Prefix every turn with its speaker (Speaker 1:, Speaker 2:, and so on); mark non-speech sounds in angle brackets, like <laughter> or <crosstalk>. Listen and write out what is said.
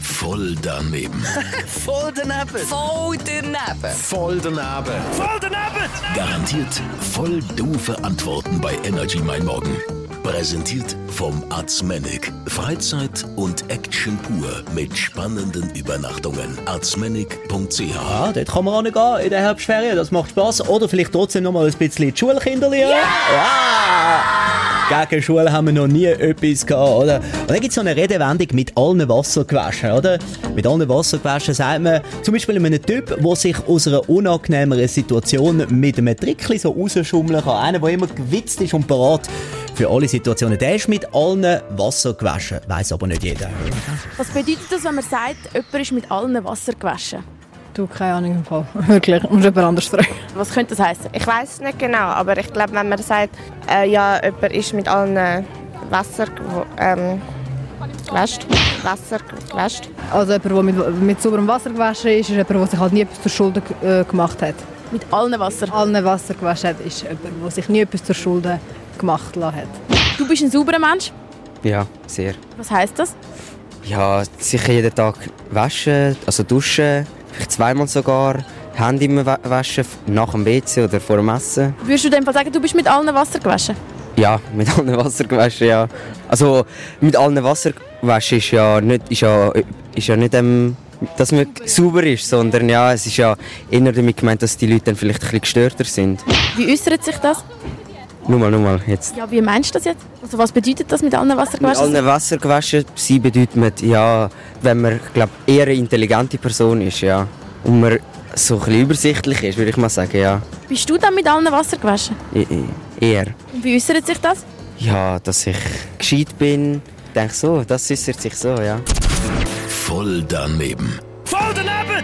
Speaker 1: Voll daneben.
Speaker 2: Voll daneben.
Speaker 3: Voll daneben.
Speaker 1: Voll daneben.
Speaker 2: Voll daneben.
Speaker 1: Garantiert voll doofe Antworten bei Energy Mein Morgen. Präsentiert vom Arzmenig. Freizeit und Action pur mit spannenden Übernachtungen. Arzmenig.ch
Speaker 4: Ja, dort kann man angehen in der Herbstferien, das macht Spass. Oder vielleicht trotzdem noch mal ein bisschen die Schulkinder lernen. Ja! Gegen Schule haben wir noch nie etwas gehabt, oder? Und dann gibt es so eine Redewendung mit allen Wassergewäschen, oder? Mit allen Wassergewäschen sagt man zum Beispiel einem Typ, der sich aus einer unangenehmeren Situation mit einem Trickli so rausschummeln kann. Einer, der immer gewitzt ist und parat für alle Situationen. Der ist mit allen Wassergewäschen. Weiß aber nicht jeder.
Speaker 5: Was bedeutet das, wenn man sagt, jemand ist mit allen Wasser gewaschen?
Speaker 6: Du, keine Ahnung im Fall. <laughs> Wirklich, musst jemand anders fragen.
Speaker 5: Was könnte das heißen? Äh,
Speaker 7: Ich weiß es nicht genau, aber ich glaube, wenn man sagt, äh, ja, jemand ist mit allen Wasser gewo- ähm, gewäscht, Wasser gewäscht.
Speaker 6: Also jemand, der mit, mit sauberem Wasser gewaschen ist, ist jemand, der sich halt nie etwas zur Schulde äh, gemacht hat.
Speaker 5: Mit allen Wasser.
Speaker 6: Allen Wasser gewaschen hat, ist jemand, der sich nie etwas zur Schulde gemacht lassen hat.
Speaker 5: Du bist ein sauberer Mensch.
Speaker 8: Ja, sehr.
Speaker 5: Was heißt das?
Speaker 8: Ja, sicher jeden Tag waschen, also duschen, vielleicht zweimal sogar. Hände immer wa- waschen, f- nach dem WC oder vor dem Essen.
Speaker 5: Würdest du in dem Fall sagen, du bist mit allen Wasser gewaschen?
Speaker 8: Ja, mit allen Wasser gewaschen, ja. Also, mit allen Wasser gewaschen ist ja nicht, ist ja, ist ja nicht ähm, dass man sauber ist, sondern ja, es ist ja eher damit gemeint, dass die Leute dann vielleicht ein bisschen gestörter sind.
Speaker 5: Wie äußert sich das?
Speaker 8: Nur mal, nur mal, jetzt.
Speaker 5: Ja, wie meinst du das jetzt? Also was bedeutet das mit allen Wasser
Speaker 8: Mit
Speaker 5: gewaschen?
Speaker 8: allen Wasser gewaschen sein bedeutet, ja, wenn man, glaube eher eine intelligente Person ist, ja. Und man so ein bisschen übersichtlich ist, würde ich mal sagen, ja.
Speaker 5: Bist du dann mit allen Wasser gewaschen?
Speaker 8: E e- eher.
Speaker 5: Und wie äußert sich das?
Speaker 8: Ja, dass ich gescheit bin. Ich denke so, das äußert sich so, ja.
Speaker 1: Voll daneben.
Speaker 2: Voll daneben.